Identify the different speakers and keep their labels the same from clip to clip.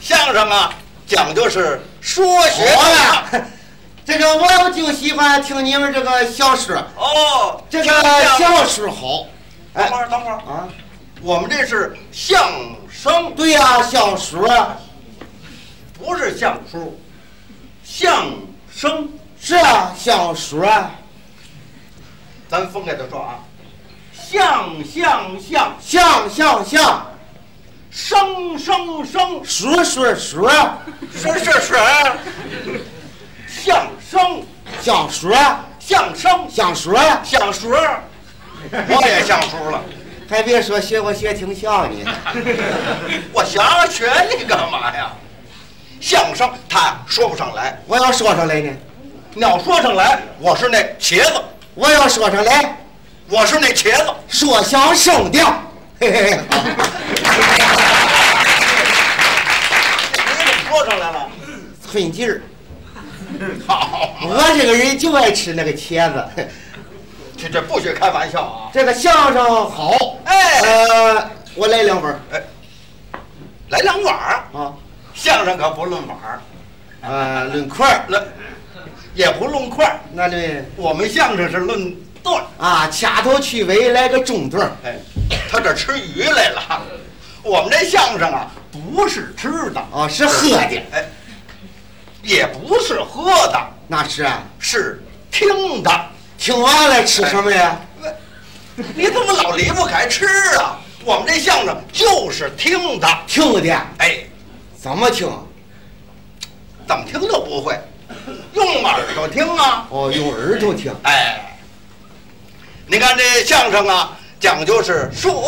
Speaker 1: 相声啊，讲究是说学啊
Speaker 2: 好
Speaker 1: 逗
Speaker 2: 了，这个我就喜欢听你们这个小说，
Speaker 1: 唱。哦，
Speaker 2: 这个
Speaker 1: 听相声
Speaker 2: 小说好。
Speaker 1: 等
Speaker 2: 哎
Speaker 1: 会儿，等会儿，
Speaker 2: 啊，
Speaker 1: 我们这是相声，
Speaker 2: 对呀、小啊说
Speaker 1: 不是相书，相声。
Speaker 2: 是啊，小啊说
Speaker 1: 咱分开的说啊，相相相，
Speaker 2: 像像像，
Speaker 1: 生生生，
Speaker 2: 说说说，
Speaker 1: 是是是，相声
Speaker 2: 小说
Speaker 1: 相声
Speaker 2: 小啊说，
Speaker 1: 相书，我也相书了，
Speaker 2: 还别说学我学挺像你。
Speaker 1: 我想学你干嘛呀？相声他说不上来，
Speaker 2: 我要说上来呢，
Speaker 1: 你要说上来，我是那茄子，
Speaker 2: 我要说上来，
Speaker 1: 我是那茄子。
Speaker 2: 说相声的，嘿嘿嘿，
Speaker 1: 哎你怎么说上来了？
Speaker 2: 寸劲儿。
Speaker 1: 好，
Speaker 2: 我这个人就爱吃那个茄子。
Speaker 1: 这这不许开玩笑啊！
Speaker 2: 这个相声好，
Speaker 1: 哎
Speaker 2: 呃，我来两本儿
Speaker 1: 哎，来两碗儿，
Speaker 2: 啊，
Speaker 1: 相声可不论碗儿，
Speaker 2: 呃，论块儿，
Speaker 1: 论也不论块儿，
Speaker 2: 那论
Speaker 1: 我们相声是论段儿。
Speaker 2: 啊掐头去尾来个中段儿，
Speaker 1: 哎，他这吃鱼来了，我们这相声啊不哦是吃的，
Speaker 2: 啊是喝的，
Speaker 1: 哎，也不是喝的，
Speaker 2: 那是啊，
Speaker 1: 是听的。
Speaker 2: 听完了吃什么呀？
Speaker 1: 你怎么老离不开吃啊？我们这相声就是听的，
Speaker 2: 听的，
Speaker 1: 哎，
Speaker 2: 怎么听？
Speaker 1: 怎么听都不会，用耳朵听啊。
Speaker 2: 哦，用耳朵听，
Speaker 1: 哎，你看这相声啊，讲究是说。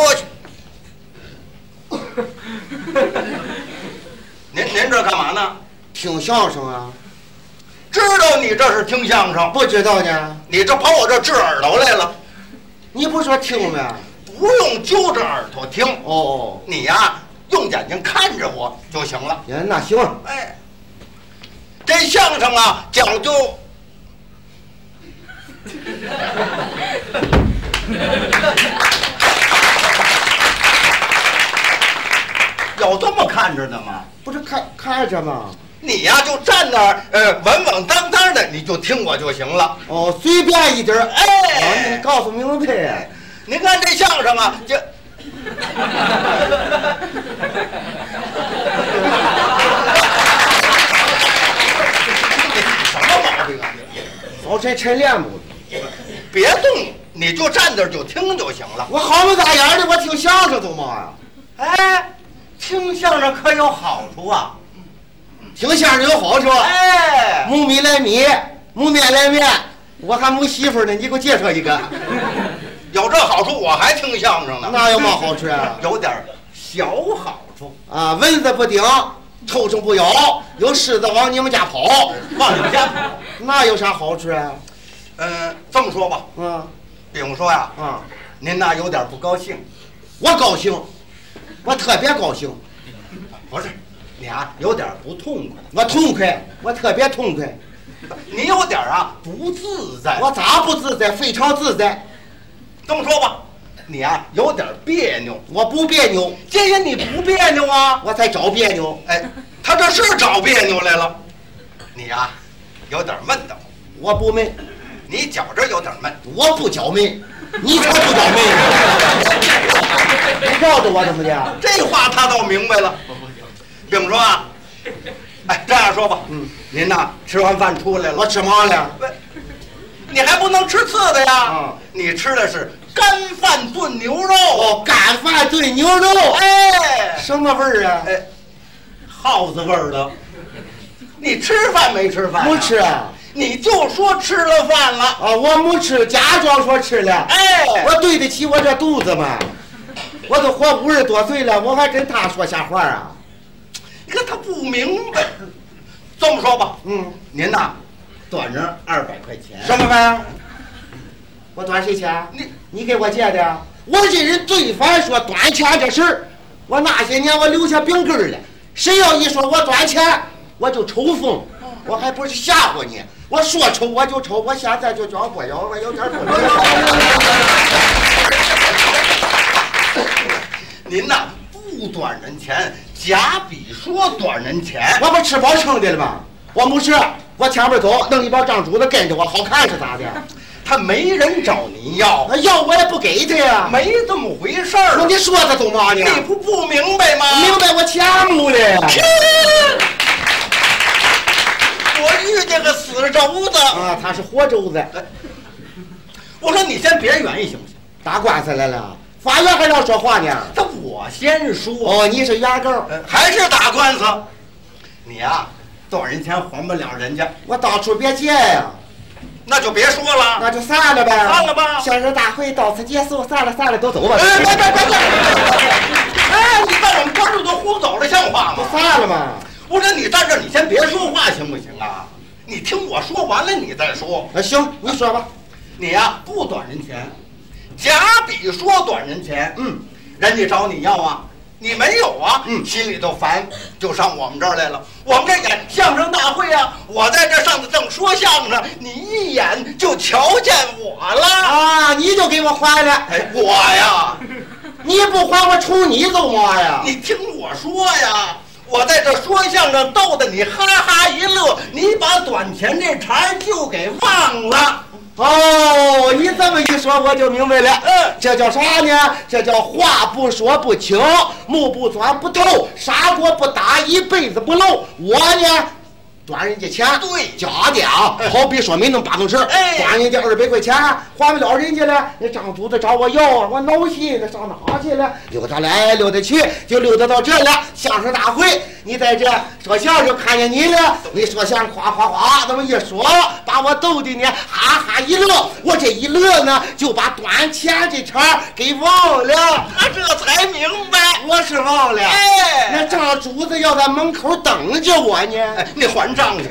Speaker 1: 您您这干嘛呢？
Speaker 2: 听相声啊？
Speaker 1: 知道你这是听相声，
Speaker 2: 不知道呢？
Speaker 1: 你这跑我这治耳朵来了，
Speaker 2: 你不说听吗？
Speaker 1: 不用揪着耳朵听，
Speaker 2: 哦，
Speaker 1: 你呀、用眼睛看着我就行了。
Speaker 2: 也那行，
Speaker 1: 哎，这相声啊讲究。 有这么看着的吗？
Speaker 2: 不是看看着吗？
Speaker 1: 你呀、就站那儿，呃，稳稳当当的，你就听我就行了。
Speaker 2: 哦，随便一点儿，
Speaker 1: 哎
Speaker 2: 哦你告诉明白，
Speaker 1: 您看这相声啊， 这什么毛病啊？
Speaker 2: 早晨晨练不？
Speaker 1: 别动，你就站那儿就听就行了。
Speaker 2: 我好不咋样的，我听相声都嘛呀、
Speaker 1: 哎，听相声可有好处啊！
Speaker 2: 听相声有好处，
Speaker 1: 哎，
Speaker 2: 木米来米，木面来面，我还没媳妇呢，你给我介绍一个，
Speaker 1: 有这好处，我还听相声呢。
Speaker 2: 那有嘛好处啊？
Speaker 1: 有点小好处，
Speaker 2: 啊，蚊子不叮，臭虫不咬，有虱子往你们家跑，
Speaker 1: 往你们家跑。
Speaker 2: 那有啥好处啊？
Speaker 1: 嗯，这么说吧，
Speaker 2: 啊
Speaker 1: 比如说呀，
Speaker 2: 啊，
Speaker 1: 您呐有点不高兴，
Speaker 2: 我高兴，我特别高兴，
Speaker 1: 不是，你啊有点不痛快，
Speaker 2: 我痛快，我特别痛快，
Speaker 1: 你有点啊不自在。
Speaker 2: 我咋不自在？非常自在，
Speaker 1: 这么说吧，你啊有点别扭，
Speaker 2: 我不别扭，
Speaker 1: 这人你不别扭啊？
Speaker 2: 我才找别扭，
Speaker 1: 哎，他这是找别扭来了。你呀、有点闷的，
Speaker 2: 我不闷，
Speaker 1: 你觉着有点闷。
Speaker 2: 我不搅闷，你才不搅闷，你绕着我怎么的？啊
Speaker 1: 这话他倒明白了。怎么说啊？哎，这样说吧，嗯，您呐吃完饭出来
Speaker 2: 我
Speaker 1: 了，
Speaker 2: 吃嘛了？
Speaker 1: 喂你还不能吃刺的呀？
Speaker 2: 嗯
Speaker 1: 你吃的是干饭炖牛肉。
Speaker 2: 哦，干饭炖牛肉，
Speaker 1: 哎
Speaker 2: 什么味儿啊？
Speaker 1: 哎，耗子味儿的。你吃饭没吃饭、
Speaker 2: 没吃。啊，
Speaker 1: 你就说吃了饭了。
Speaker 2: 啊，我没吃，假装说吃了。
Speaker 1: 哎，
Speaker 2: 我对得起我这肚子吗？我都活五十多岁了，我还跟他说瞎话啊？
Speaker 1: 你看他不明白。这么说吧，
Speaker 2: 嗯，
Speaker 1: 您呐，短人二百块钱。
Speaker 2: 什么饭？啊我短谁钱？
Speaker 1: 你
Speaker 2: 你给我借的？我这人最烦说短钱这事儿。我那些年我留下病根儿了，谁要一说我短钱，我就抽风。我还不是吓唬你？我说抽我就抽，我现在就觉不摇，我有点不乐。
Speaker 1: 您呐不不短人钱，假比说短人钱。
Speaker 2: 我不吃饱撑的了吗？我没吃，我前边走，弄一包账主子跟着我，好看是咋 的？
Speaker 1: 他没人找您要，
Speaker 2: 那要我也不给他呀。
Speaker 1: 没这么回事
Speaker 2: 那
Speaker 1: 儿。
Speaker 2: 你说他走嘛呢？
Speaker 1: 你不不明白吗？
Speaker 2: 明白我钱没了。
Speaker 1: 我遇见个死轴子，
Speaker 2: 啊，他是活肘子，
Speaker 1: 呃我说你先别愿意行不行？
Speaker 2: 打官司来了，法院还让说话呢。
Speaker 1: 这我先说，
Speaker 2: 哦，你是原告，
Speaker 1: 呃还是打官司。你呀、短人钱还不了人家，
Speaker 2: 我当初别借呀，
Speaker 1: 那就别说了。
Speaker 2: 那就散了呗。
Speaker 1: 散了吧
Speaker 2: 相声大会到此结束，散了散了，都走吧。
Speaker 1: 哎，别别别别！哎，你把我们观众都轰走了，像话
Speaker 2: 不
Speaker 1: 吗？
Speaker 2: 散了吗？
Speaker 1: 我说你站这儿，你先别说话行不行啊？你听我说完了，你再说。
Speaker 2: 啊，行，你说吧。
Speaker 1: 你呀、不短人钱，假比说短人钱，
Speaker 2: 嗯，
Speaker 1: 人家找你要啊，你没有啊，
Speaker 2: 嗯
Speaker 1: 心里头烦，就上我们这儿来了。我们这演相声大会啊，我在这上头正说相声，你一眼就瞧见我了。
Speaker 2: 啊，你就给我还了，
Speaker 1: 哎，我呀，
Speaker 2: 你不还我冲你走嘛呀？
Speaker 1: 你听我说呀，我在这说相声，逗得你哈哈一乐，你把短钱这茬儿就给忘了。
Speaker 2: 哦，你这么一说我就明白了。
Speaker 1: 嗯
Speaker 2: 这叫啥呢？这叫话不说不清，目不转不透，砂锅不打一辈子不漏。我呢，短人家钱，
Speaker 1: 对嗯
Speaker 2: 假的啊，好比说没那么八回事儿
Speaker 1: 哎
Speaker 2: 短人家二百块钱，还不了人家了。那张主子找我要啊，我闹心了，上哪去了？溜达来溜达去，就溜达到这了。相声大会，你在这说相声看见你了，你说相声夸夸夸，这么一说，把我逗的呢哈哈一乐。我这一乐呢，就把短钱这茬儿给忘了。
Speaker 1: 他这才明白，
Speaker 2: 我是忘了，
Speaker 1: 哎
Speaker 2: 那张主子要在门口等着我呢。
Speaker 1: 哎，你还账去。